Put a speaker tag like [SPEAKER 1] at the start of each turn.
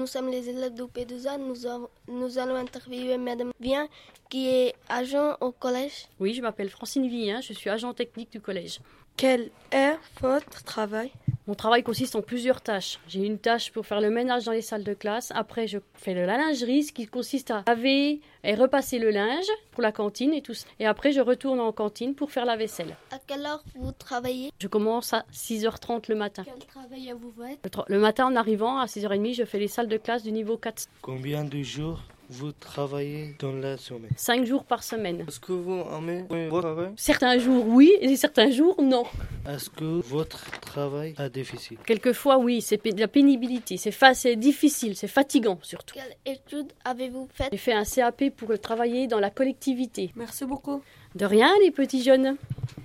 [SPEAKER 1] Nous sommes les élèves du P2A. Nous, av- nous allons interviewer Madame Bien, qui est agent au collège.
[SPEAKER 2] Oui, je m'appelle Francine Villien, je suis agent technique du collège.
[SPEAKER 1] Quel est votre travail
[SPEAKER 2] Mon travail consiste en plusieurs tâches. J'ai une tâche pour faire le ménage dans les salles de classe. Après, je fais de la lingerie, ce qui consiste à laver et repasser le linge pour la cantine et tout. ça. Et après, je retourne en cantine pour faire la vaisselle.
[SPEAKER 1] À quelle heure vous travaillez
[SPEAKER 2] Je commence à 6h30 le matin.
[SPEAKER 1] Quel travail vous faites
[SPEAKER 2] Le, tro- le matin, en arrivant à 6h30, je fais les salles de classe du niveau 4,
[SPEAKER 3] Combien de jours vous travaillez dans la semaine
[SPEAKER 2] 5 jours par semaine.
[SPEAKER 3] Est-ce que vous aimez votre travail
[SPEAKER 2] Certains jours oui et certains jours non.
[SPEAKER 3] Est-ce que votre travail est difficile
[SPEAKER 2] Quelquefois oui, c'est pé- de la pénibilité, c'est fa- c'est difficile, c'est fatigant surtout.
[SPEAKER 1] Quelle étude avez-vous faite
[SPEAKER 2] J'ai fait un CAP pour travailler dans la collectivité.
[SPEAKER 4] Merci beaucoup.
[SPEAKER 2] De rien, les petits jeunes.